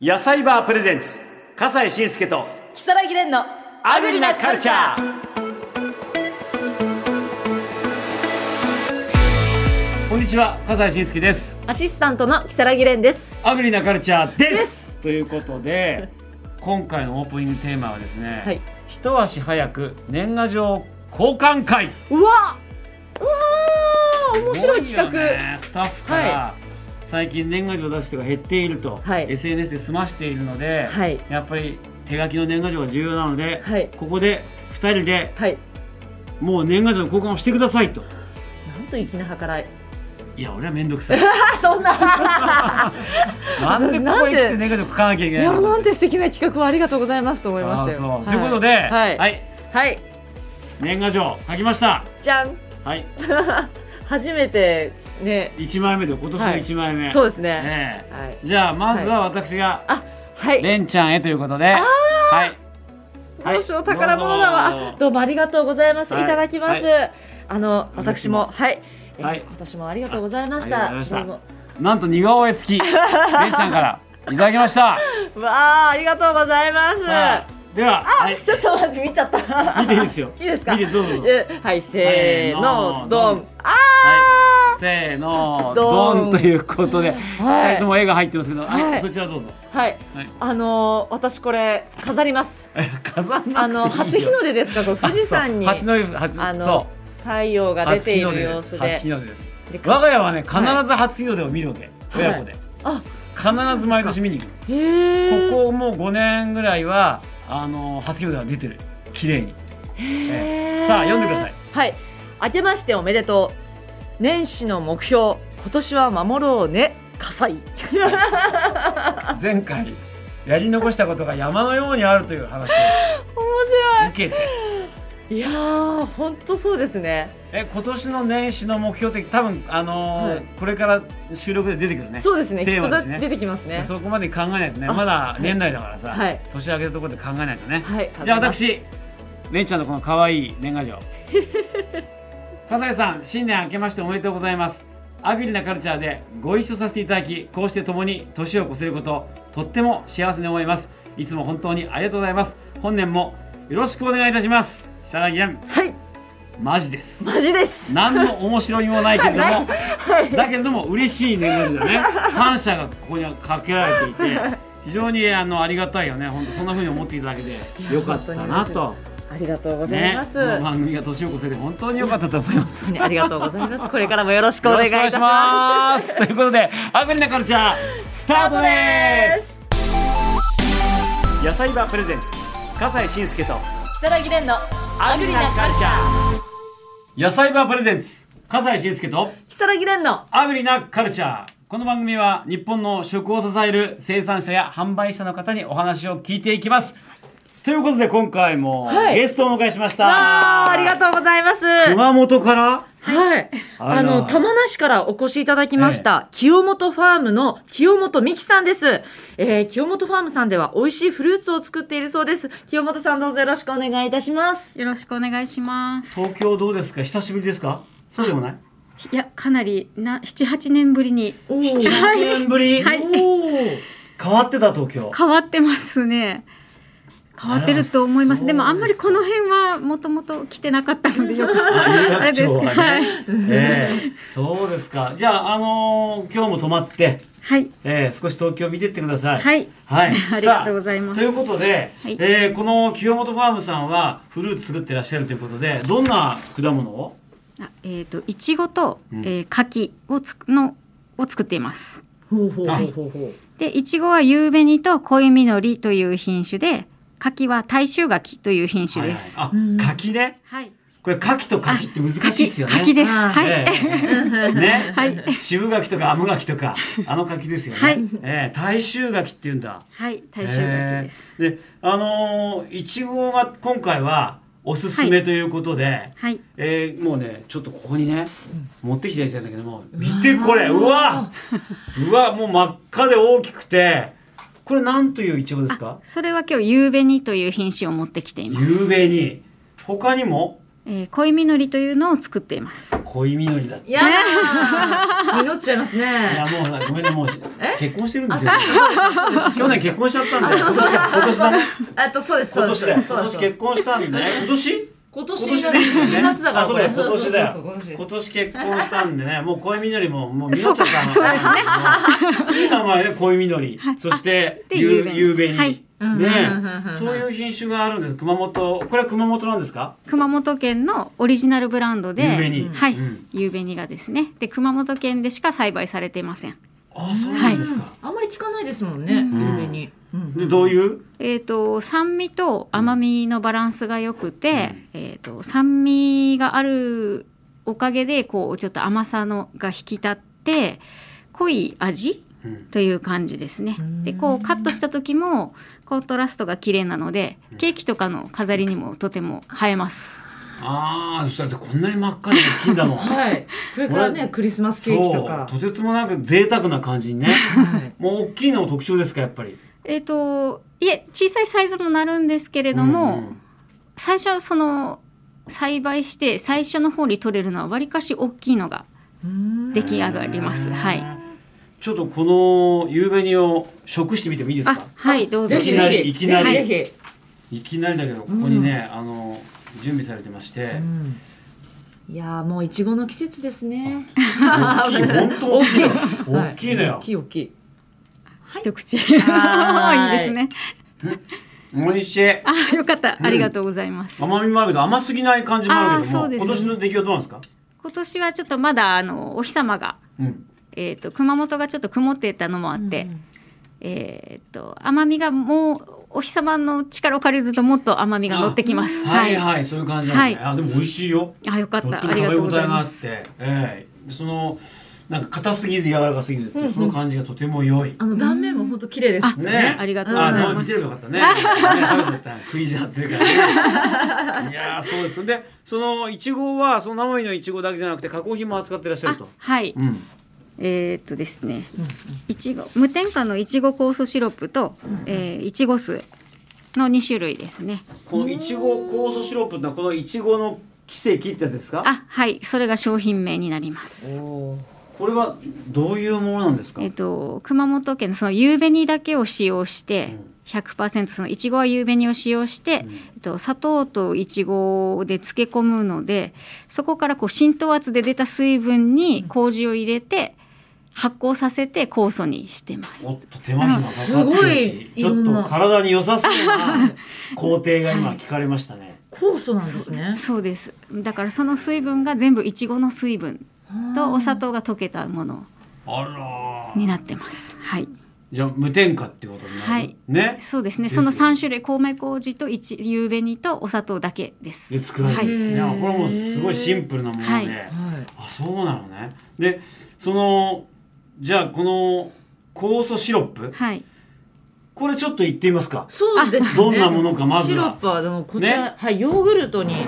野菜バープレゼンツ笠西慎介と木更木蓮のアグリなカルチャーこんにちは笠西慎介ですアシスタントの木更木蓮ですアグリなカルチャーですということで今回のオープニングテーマはですね、はい一足早く年賀状交換会うわうわー面白い企すごよ画、ねスタッフから、は最近年賀状を出す人が減っていると、はい SNS で済ましているので、はいやっぱり手書きの年賀状が重要なので、はいここで2人ではいもう年賀状の交換をしてくださいとなんと粋な計らいいや俺は面倒くさいあ そん ななんでここへ来て年賀状書かなきゃいいけないやのなんて素敵な企画をありがとうございますと思いまあしあたよそう、はい、ということで、はい、ははいい、はい、年賀状書きましたじゃん はい初めてね1枚目で今年の1枚目、そうですねええはいじゃあまずは私が、あはいレンちゃんへということで、はい。どうしよう宝物だわどうもありがとうございます、はいい、ただきます、はあの私もはい、えーはい今年もありがとうございましあありがたとうございまどうもなんと似顔絵付き、レンちゃんからいただきました。わあ、ありがとうございます。さああ、では、はい、ちょっと待って、見ちゃった。見ていいですよ いいですか。見てどうぞどうぞえはい、せはーいの、どどんん。あはい、せーの、ドドンンということで、は二い人とも絵が入ってますけど、は、はいいそちらどうぞ。ー、はい、はいあのー、私これ飾ります。飾んなあの、く初ていい日よ。の出ですか、これ富士山 に。そう八の湯初あのそ太陽うが出ているで様す子初日で。の出ですで我が家はね必ず初日の出を見るわけ、い親子であ、必ず毎年見に行くへえ。ここもう5年ぐらいはあの初日の出が出てる綺麗に、ええさあ読んでください。はい、明けましておめでとう。年始の目標、今年は守ろうね。火災。前回やり残したことが山のようにあるという話を面白受けてい。いやー、本当そうですね。え今年の年始の目標って多分、あのーはいこれから収録で出てくるねそうですね。テー人マでがすね出てきますね。そこまで考えないとねあまだはい年内だからさ、はい年明けたところで考えないとね、はい。じゃあ私れんちゃんのこの可愛い年賀 状笠井さん新年明けましておめでとうございますアグリなカルチャーでご一緒させていただきこうして共に年を越せることとっても幸せに思いますいつも本当にありがとうございます本年もよろしくお願いいたします久良源はい。マジですマジです。何の面白みもないけれども はい。だけれども嬉しい年賀状だね感謝がここにはかけられていて非常にあのありがたいよね本当そんな風に思っていただけていやよかったな本当に嬉しいと。ありがとうございねます。この番組が年を越せて本当に良かったと思います。ねありがとうございます。これからもよろしくおよ願ろいしいくお願たいしします。まということで、アグリなカルチャー、スタートです。野菜場プレゼンツ、笠西慎介と、す。木更木蓮のアグリなカルチャー。野菜場プレゼンツ、笠西慎介と、木更木蓮のアグリなカルチャー。この番組は日本の食を支える生産者や販売者の方にお話を聞いていきます。ということで今回もはいゲストをお迎えしました。わーありがとうございます。熊本からはい。あらあの玉名市からお越しいただきました、清本ファームの清本美希さんです、えー。清本ファームさんでは美味しいフルーツを作っているそうです。清本さんどうぞよろしくお願いいたします。よろしくお願いします。東京どうですか久しぶりですかそうでもないいや、かなりな七八年ぶりにおー7年ぶり、はい変わってた東京変わってますね。変わってると思いまあす。らでもあんまりそうこですかの辺はもともと来てなかったのでよ く。あ有楽町はねはいええそうですかじゃああのー今日も泊まって、はい、ええ少し東京見てってくださいはい、 はい、ありがとうございますさあということで、はいえーこの清本ファームさんはフルーツ作ってらっしゃるということでどんな果物をあえっ、といちごと、うんえー、柿をつくのを作っています。ほうほうあほうほう。で、いちごは夕紅と恋実という品種で、柿は大衆柿という品種です。はいはいうんあ柿ねはい、これ柿と柿って難しいですよね柿柿です。あーはい、ええね、はい渋柿とか甘柿とかあの柿ですよね、はいええ大衆柿って言うんだ はい、大衆柿です。えーであのーいちごが今回はおすすはめいということで、はい、えーもうねちょっとここにね、持ってきていただいたんだけども見てこれうわうわもう真っ赤で大きくてこれなんといういちごですかそれは今日夕紅という品種を持ってきています。有名に他にもえー、恋実りというのを作っています。恋実りだっていやー、 実っちゃいますいやね。もうごめんねもうえ結婚してるんであ、すそようそうそう去年結婚しちゃったんだよ今年か今年だねえっと、そうです。そ今うで年すだよそう今年です結婚したんだね今年今今年年だでねすよね夏だからあそうだよこれ今年だよそうそうそうそう今今年年結婚したんで ねもう恋実りももう実っちゃったそうかそう ですねいい名前ね恋実りそしてでゆゆうべにゆうべにはいうんうんうんうんうねんそういう品種があるんです熊本これは熊本なんですか熊本県のオリジナルブランドゆうべで、にはい、うんゆうべにがですね。で、熊本県でしか栽培されていません。あそうなんですかあんまり聞かないですもんね、うん有名に。でどういうえー、と酸味と甘みのバランスが良くて、えー、と酸味があるおかげでこうちょっと甘さのが引き立って濃い味うんという感じですねう。んでこうカットした時もコントラストが綺麗なのでケーキとかの飾りにもとても映えます。ああそしたらこんなに真っ赤に大きいん だもんはい。これからね、クリスマスケーキとか。そうとてつもなく贅沢な感じにねはいもう大きいのも特徴ですかやっぱりえー、といえ小さいサイズもなるんですけれども、うん最初その栽培して最初の方に取れるのはわりかし大きいのがうん出来上がります。はいちょっとこのゆうべにを食してみてもいいですかあはいどうぞいきなりいきなりぜひぜいきなりだけどここにね、あの準備されてましてひ。うんいやーもういちごの季節ですね。大きい本当大きいのは大きいのよ大きい大きい。一口。はいあ ーいいですね。美味しいあ、よかった。んありがとうございます。甘みもあるけど甘すぎない感じもあるけどあーそも、うです今ね年の出来はどうなんですか今年はちょっとまだあのお日様がうんえっ、と熊本がちょっと曇ってたのもあって、うんえっ、と甘みがもうお日様の力を借りるともっと甘みが乗ってきます。はいはい、そういう感じなんだね、はあでも美味しいよあ、よかっ。とったてあもりが食べ応とうごえざいがあまっす。て、ええそのなんか硬すぎず柔らかすぎずって、うんうんその感じがとても良い。あの断面も本当綺麗ですよねね。ありがとうござあ、いますでも見てればよか ったね。ね食べちゃった食いじゃってるから ね。いやーそうです。で、そのいちごはその生身のいちごだけじゃなくて加工品も扱ってらっしゃると。はい。うん。えっ、とですね、うんうんいちご無添加のいちご酵素シロップと、えー、いちご酢の二種類ですね。このいちご酵素シロップってのはこのいちごの奇跡ってやつですか？あ、はい。それが商品名になります。おーこれはどういうものなんですか？えっと、熊本県のそのゆうべにだけを使用してうん100%そのいちごはゆうべにを使用して、うんえっと、砂糖といちごで漬け込むのでそこからこう浸透圧で出た水分に麹を入れて発酵させて酵素にしてます。おっと手間暇かかってるし、うんすごいちょっいろんなと体に良さそうな工程が今聞かれましたね。酵素なんですね。そうですだからその水分が全部いちごの水分とお砂糖糖が溶けたものあらーになってます。はい、じゃあ無添加ってことになる、はいねそうですでねすよそねの3種類米麹といちゆうべにとお砂糖だけです。で作られてるってね、はあいこれはもうすごいシンプルなもので、はいはい。あそうなのねでそのじゃあこの酵素シロップはいこれちょっと言ってみますかそうですね。どんなものかまずシロッはプはあのこちら、ねはいヨーグルトに、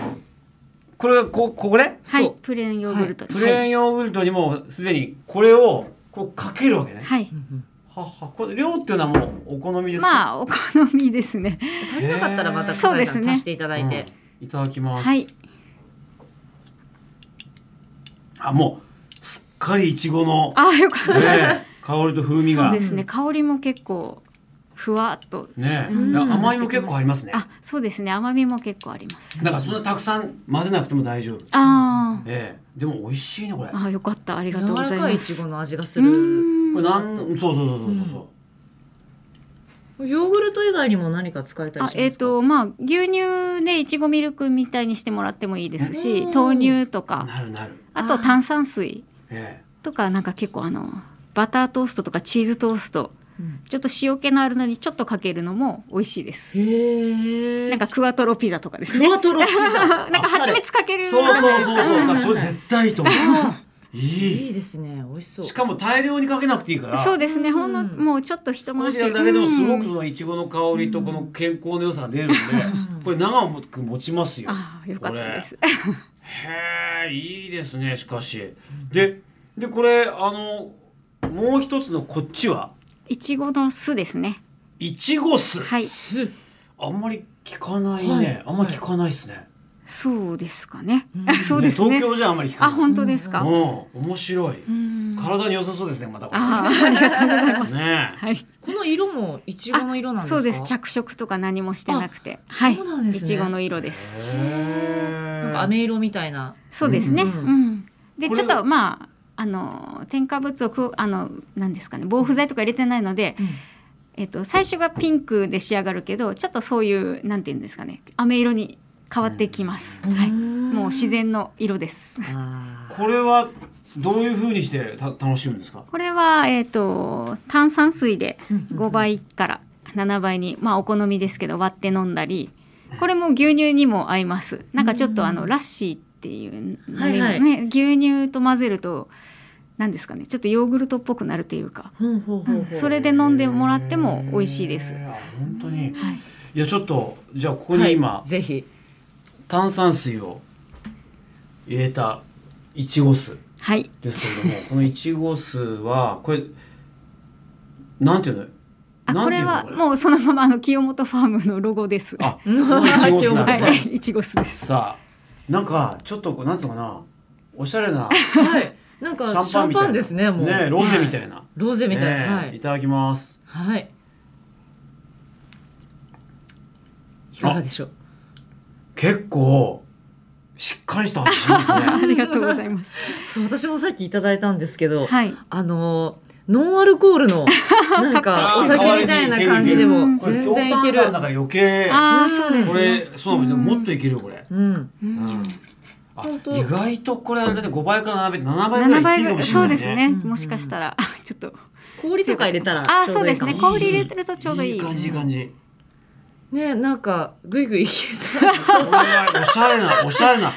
これがここれはそ、いうプレーンヨーグルト。プレーンヨーグルトにもうすでにこれをこうかけるわけね、はい。ははこれ量っていうのはもうお好みですか、まあお好みですね。足りなかったらまたへーそうですそうですね足していただいて、うんいただきます、はい。あもうすっかりいちごの、あよかった。ね、香りと風味そうがですね。香りも結構ふわっと。ね、うんいや甘みも結構ありますねあそうですね。甘みも結構あります。だからそんなたくさん混ぜなくても大丈夫。あええ、でも美味しいねこれ。あ。あよかった。ありがとう柔らございかいまいちす。ごの味がすうる。これーん。なんそうそうそうそうそう。ヨーグルト以外にも何か使えたりしまあすか。えっ、とまあ牛乳でいちごミルクみたいにしてもらってもいいですしうん豆乳とうかなるなる。あと炭酸水えとかなんか結構あのバタートーストとかチーズトーストうんちょっと塩気のあるのにちょっとかけるのも美味しいです。へえ。なんかクワトロピザとかですクね。ワトロピザ。な なんか蜂蜜かけえ。る。そうそうそうそううんか。それ絶対いいと思う。いいい。 いですね。美味しそう。しかも大量にかけなくていいから。そうですね。うんほんのもうちょっと一少回し。しだけでもすごくうそんのいちごの香りとこの健康の良さが出るんで、これ長く持ちますよ。ああ、よかったです。へえいいですねしかし。ででこれあのもう一つのこっちはいちごの酢ですね。いちご酢。はい。す。あんまり聞かないはねい。あんまり聞かないですね。そうですかねうん。あ そうですね東。京じゃあんまり聞かあ、ない。本当ですか。うん、面白い。うん体に良さそうですね、またこれ。あー、ありがとうございます。ねえ。はい。この色もイチゴの色なんですかそうです。着色とか何もしてなくて、はいそう。なんですいねちごの色です。なんかへえ。飴色みたいなそうですね。ううんん。で、こちれょっと、まあ、あの、添加物をく、あの、なんですかね、防腐剤とか入れてないので。えっと、最初がピンクで仕上がるけど、ちょっとそういう、なんていうんですかね、飴色に変わってきます。はい。もう自然の色です。あこれはどういう風にしてた楽しむんですか。これは、えっと、炭酸水でー5倍から7倍に、まあ、お好みですけど割って飲んだりこれも牛乳にも合いますなんかちょっうとんあのラッシーっていうのはいはいね牛乳と混ぜると何ですかねちょっとヨーグルトっぽくなるというかほうほうほうほうそれで飲んでもらっても美味しいですへえ。あ本当に。はいいやちょっとじゃあここに今、はいぜひ炭酸水を入れたいちご酢はいですけれども、このいちご酢はこれなんていうの？あこれはもう。うそのままあの清本ファームのロゴですあ、いちご酢なんだはいいちご酢ですさあなんかちょっとこうなんつうのかな、おしゃれなはいなんシャンパンかみシたいャなンパンですねもうねロゼみたはいな。ロゼみたいなはねえいいただきます。はいいかがでしょう結構しっかりした味しますあ ね。りがとうございますそう私もさっきいただいたんですけどはいあのノンアルコールのなんかあー お酒みたいな感じでもこれ全強然い炭け酸るだから余計ああそうでこすれねそうなんだうんもっといけるよこれ。うんうんあ本当意外とこれだって5倍から7倍7倍ぐら7いいって倍いいかぐもらいしれないそうね。ですねうんもしかしたらちょっと氷とか入れたらあーちょうどいいかもそうですね氷入れてるとちょうどいいいい感じいい感じ。ねなんかグイグイいけそうこれはおしゃれな おしゃれな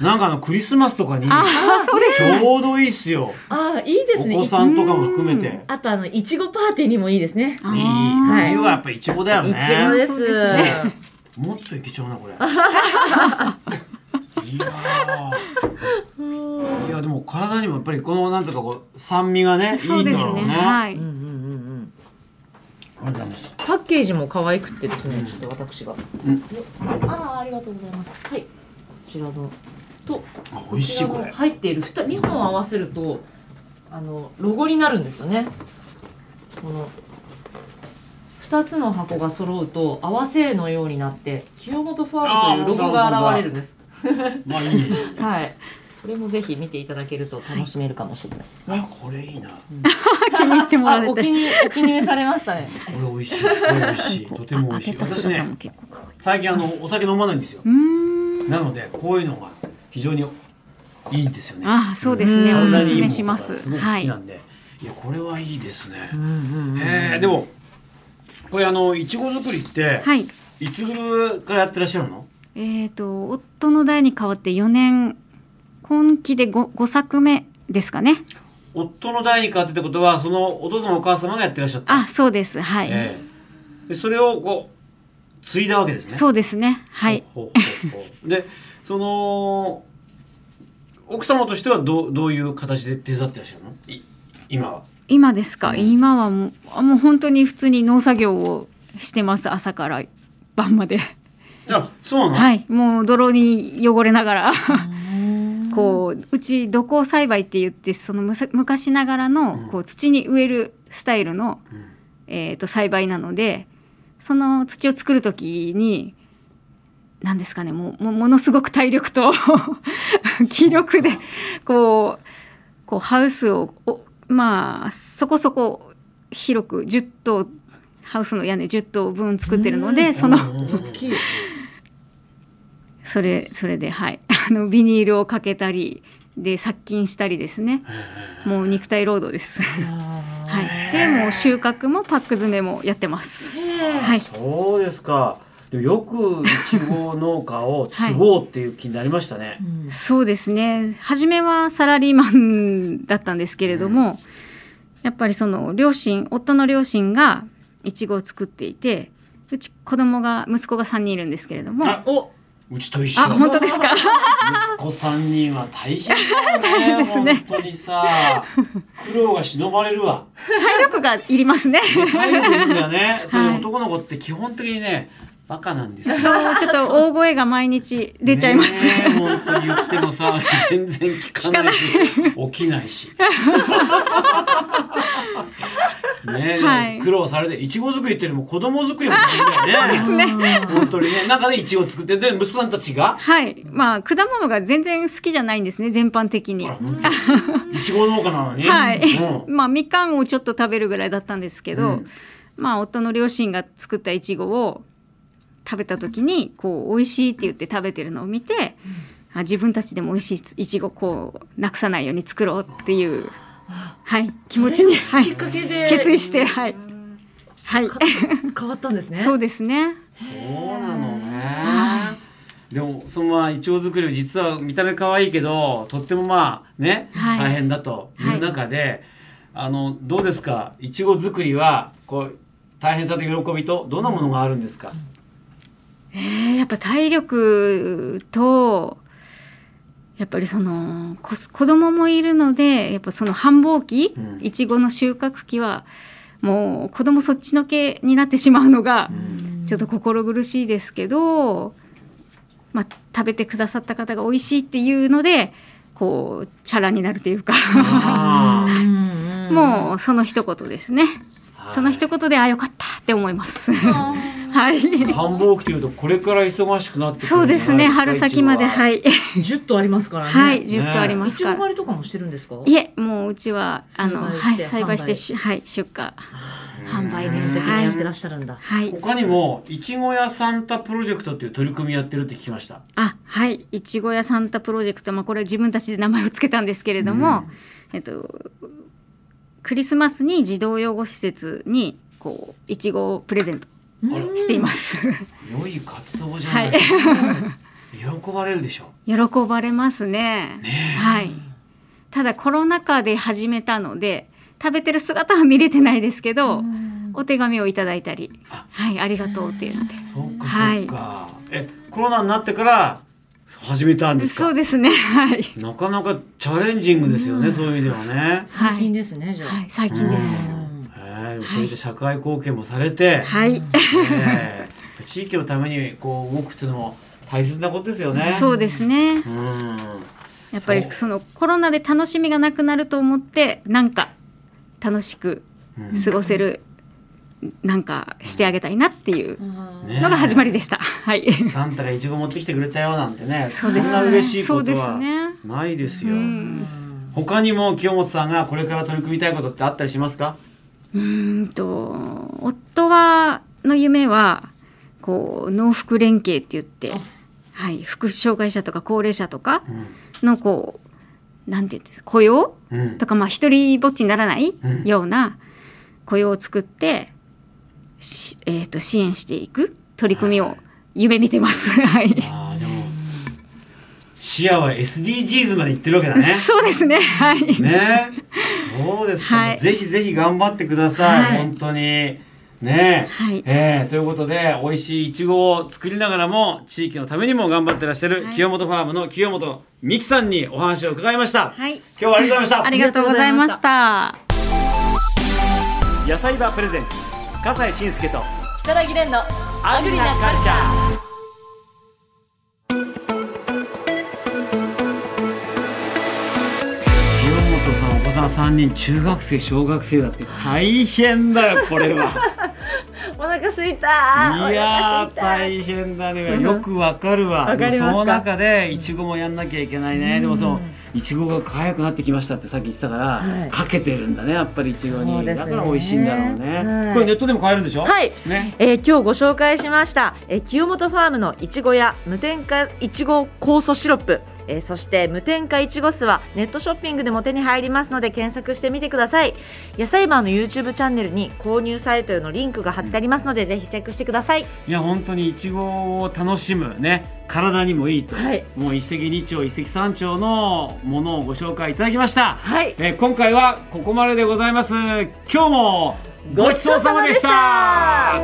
なんかあのクリスマスとかにちああそうですねょうどいいっすよ。 ああいいですおね子さんとかも含めて。いい。いあとあのいちごパーティーにもいいですねあー冬はいはやっぱいちごだよいちごね。ですそうですね もっといけちゃうな これ。いやうんーいやでも体にもやっぱりこのなんとかこう酸味がねそうですいいんだろうね。ね。はありうんうい。んうんうんがとうございます。パッケージも可愛くってですね、ちょっと私が。うんああ、ありがとうございます。はい。こちらの。と、あ美味しいここちらのれ。入っているふた、二本合わせると。あの、ロゴになるんですよね。この。二つの箱が揃うと、合わせのようになって、清本ファームというロゴが現れるんです。まあいいね。はい。これもぜひ見ていただけると楽しめるかもしれないですあね。これいいな。気に入ってもらあ、えお気て。に、お気に召されましたね。これ美味しい。これ美味しい。とても美味しい。あ 開けた私姿もね、結構可愛い。最近あのお酒飲まないんですよ。うーん。なのでこういうのが非常にいいんですよね。あ、そうですね。うんお体すにいいもすのめがします。すごくは好きいな。んで、い、やこれはいいですね。うんへえで。もこれあのいちご作りって、はい。い、つぐらからやってらっしゃるの？えっと夫の代に代わって4年、今期で 5, 5作目ですかね。夫の代に変わってってことはそのお父様お母様がやってらっしゃった。あ、そうです。はい。ええでそれをこう継いだわけですね。そうですね。はい。ほうほうほうほう。でその奥様としてはどうどういう形で手伝ってらっしゃるの？い今は。今ですか。うん今はもうあもう本当に普通に農作業をしてます。朝から晩まで。あそうなの。はい。もう泥に汚れながら。ここううち土耕栽培って言ってそのむさ昔ながらうんのこう土に植えるスタイルの、うんえー、と栽培なのでその土を作る時に何ですかねもうもものすごく体力と 気力でこうこうハウスをおまあそこそこ広く10棟ハウスの屋根10棟分作ってるのうでそのうんうんうん大きいそれそれではいあのビニールをかけたりで殺菌したりですねもう肉体労働です。う。は、はいでもう収穫もパック詰めもやってます。い。はいそうですか。でもよくいちご農家を継ごうっていう気になりましたね。そうですね初めはサラリーマンだったんですけれども、やっぱりその両親夫の両親がいちごを作っていてうち子供が息子が3人いるんですけれどもああお、うちと一緒。本 当ですか息子三人は大変だよね。大 変ですね本当にさ、苦労が忍ばれるわ。体力がいりますね。体力いるんだよね。そういうはい男の子って基本的にね、バカなんですよ。そうちょっと大声が毎日出ちゃいます。ねえ本当に言ってもさ、 全然聞かないし、起きない し。ねえ、はいでも苦労されて、いちご作りっていうよりも子供作りも大変だよね。そうですね本当にね、中でいちご作って、で、息子さんたちが。 はい、まあ果物が全然好きじゃないんですね全般的にほら、。本当にいちご農家なのに。はいうん まあみかんをちょっと食べるぐらいだったんですけど、うんまあ夫の両親が作ったいちごを食べた時にこう美味しいって言って食べてるのを見て、あ自分たちでも美味しいいちごこうなくさないように作ろうっていう、はい、気持ちに、はきっい、かけで決意してはいはい、か変わったんですね。 そうですね。そうなのはね。でもそのまあイチョウ作りも実は見た目可愛いけどとってもまあね、はい大変だという中で、あのどうですかいちご作りはこう大変さと喜びとどんなものがあるんですか、えーやっぱ体力とやっぱりそのこ子供もいるのでやっぱその繁忙期うんいちごの収穫期はもう子供そっちのけになってしまうのがうんちょっと心苦しいですけど、まあ、食べてくださった方が美味しいっていうのでこうチャラになるというかあうーんうんもうその一言ですね、はいその一言であよかったって思います。あ はい繁忙期というとこれから忙しくなってくるそうですね春先までいはいー十とありますからね。はい、ね十頭ありまいすちかごら。狩りとかもしてるんですか。いえ、もううちはあの栽培はしいて栽培し販売てしはい出荷販売で積す極的にやってはいらっしゃるんだ。はい他にもいちごやサンタプロジェクトという取り組みやってるって聞きました。あはいいちごやサンタプロジェクトまあこれは自分たちで名前をつけたんですけれども、えっとクリスマスに児童養護施設にこういちごをプレゼントらうんしています。 良い活動じゃないですか。喜ばれるでしょ喜ばれますね。はい。ただコロナ禍で始めたので食べてる姿は見れてないですけど、うんお手紙をいただいたり、あはいありがとうっていうので。そうかはそいうか、えコロナになってから始めたんですそかうですね。はい。なかなかチャレンジングですよね、うんそういう意味ではね。最近ですね、じゃあ。はい、最近です。うんえーそういった社会貢献もされ て、はい、えー地域のためにこう動くっていうのも大切なことですよね。そうですうね。んやっぱそうりそのコロナで楽しみがなくなると思って、なんか楽しくうん過ごせる、なんかしてあげたいなっていうあーねのが始まりでした。はい。サンタがイチゴ持ってきてくれたよなんてね、そうですんな嬉しいそこうとですはね。ないですよ。うん他にも清本さんがこれから取り組みたいことってあったりしますか？うーんと夫はの夢はこう農福連携って言ってあ、はい、福祉障害者とか高齢者とかうんのこうなんて言うんですか雇用うんとかまあ一人ぼっちにならないうんような雇用を作って、しえー、と支援していく取り組みはをい夢見てます。はい、ああでも視野は SDGs まで行ってるわけだね。 そうですね。はい。ねそうですか、はいぜひぜひ頑張ってください、はい本当にねはいえーということで美味しいいちごを作りながらも地域のためにも頑張ってらっしゃる、はい清本ファームの清本美希さんにお話を伺いました、はい。今日はありがとうございまあしりがとうございました。た野菜場プレゼンツ笠西慎介と木更木蓮のアグリなカルチャー清本さんお子さん三人中学生小学生だって大変だ よこれはお腹すいたいやー大変だねよくわかるわわかりますかでもその中でいちごもやんなきゃいけないね、うんでもそのいちごが可愛くなってきましたってさっき言ってたから、はいかけてるんだねやっぱりいちごそに、うですだねから美味しいんだろうね、はいこれネットでも買えるんでしょはい、ねえー、今日ご紹介しました、えー、清本ファームのいちごや無添加いちご酵素シロップ、えー、そして無添加いちご酢はネットショッピングでも手に入りますので検索してみてください野菜バーの YouTube チャンネルに購入サイトへのリンクが貼ってありますので、ぜひチェックしてくださいいや本当にいちごを楽しむね体にもいいと、はいもう一石二鳥一石三鳥のものをご紹介いただきました、はいえー今回はここまででございます今日もごちそうさまでした